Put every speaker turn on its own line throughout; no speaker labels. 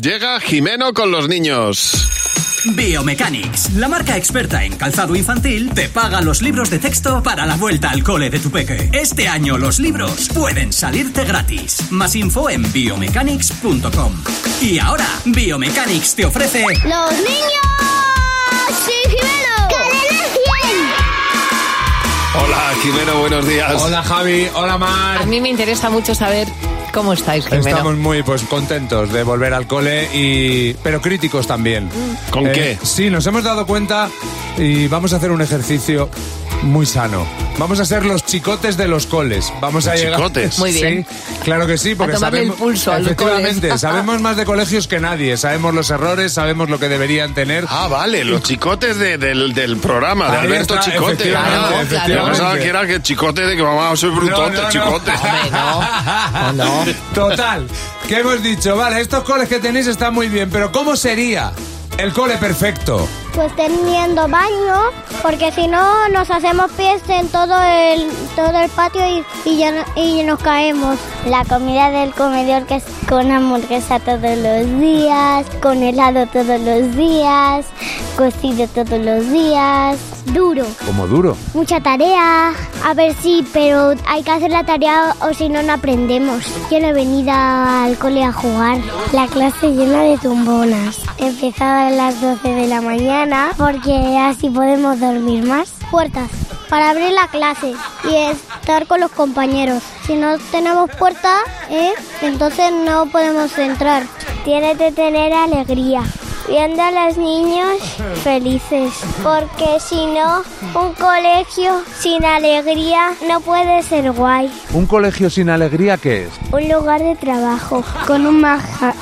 Llega Jimeno con los niños.
Biomechanics, la marca experta en calzado infantil, te paga los libros de texto para la vuelta al cole de tu peque. Este año los libros pueden salirte gratis. Más info en biomechanics.com. Y ahora, Biomechanics te ofrece
¡Los niños! ¡Sí, Jimeno!
Hola Jimeno, buenos días.
Hola Javi, hola Mar.
A mí me interesa mucho saber cómo estáis, Jimeno.
Estamos muy pues contentos de volver al cole y pero críticos también. Eh,
¿Con qué?
Sí, nos hemos dado cuenta y vamos a hacer un ejercicio muy sano. Vamos a ser los chicotes de los coles. Vamos a
Los
llegar.
chicotes.
Muy bien.
Sí, claro que sí, porque
tomarle el
sabemos
pulso a los
efectivamente,
coles.
sabemos más de colegios que nadie, sabemos los errores, sabemos lo que deberían tener.
Ah, vale, los chicotes de- del, del programa, de
Ahí
Alberto
está,
Chicote.
efectivamente,
Ah,
efectivamente.
Yo pensaba que era que chicote de que mamá soy brutote,
No, no, no.
chicote.
Hombre, no. No, no.
Total, que hemos dicho, vale, estos coles que tenéis están muy bien, pero ¿cómo sería el cole perfecto?
Pues teniendo baño, porque si no nos hacemos pies en todo el, todo el patio y, y, ya, no- y nos caemos. La comida del comedor que es con hamburguesa todos los días, con helado todos los días, cocido todos los días. Duro,
Como duro.
mucha tarea. A ver si, pero hay que hacer la tarea o si no, no aprendemos. Yo no he venido al cole a jugar. La clase llena de tumbonas. Empezaba a las 12 de la mañana porque así podemos dormir más. Puertas. Para abrir la clase y estar con los compañeros. Si no tenemos puerta, ¿eh? entonces no podemos entrar. Tiene que tener alegría viendo a los niños felices. Porque si no, un colegio sin alegría no puede ser guay.
¿Un colegio sin alegría qué es?
Un lugar de trabajo con un maja,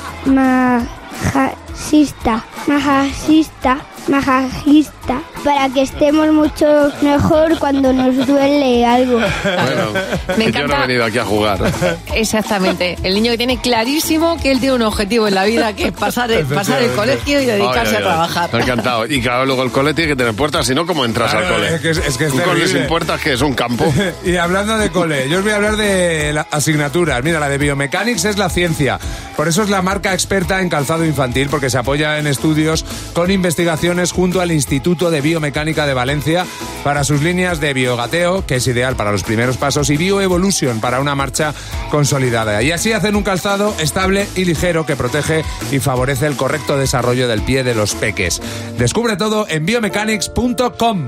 majasista, majasista, majajista, para que estemos mucho mejor cuando nos duele algo.
Bueno,
Me
yo no he
encanta.
venido aquí a jugar.
Exactamente. El niño que tiene clarísimo que él tiene un objetivo en la vida, que es pasar, el- pasar el colegio y
Ay, ay,
dedicarse
ay.
a trabajar.
Me ha encantado. Y claro, luego el cole tiene que tener puertas, si no, ¿cómo entras
Claro,
al cole?
es que es- es que es
un cole
terrible.
sin puertas que es un campo.
Y hablando de cole, yo os voy a hablar de la- asignaturas. Mira, la de Biomechanics es la ciencia. Por eso es la marca experta en calzado infantil, porque se apoya en estudios con investigaciones junto al Instituto de Biomecánica de Valencia para sus líneas de biogateo, que es ideal para los primeros pasos, y bioevolution para una marcha consolidada. Y así hacen un calzado estable y ligero que protege y favorece el correcto desarrollo del pie de los peques. Descubre todo en biomechanics.com.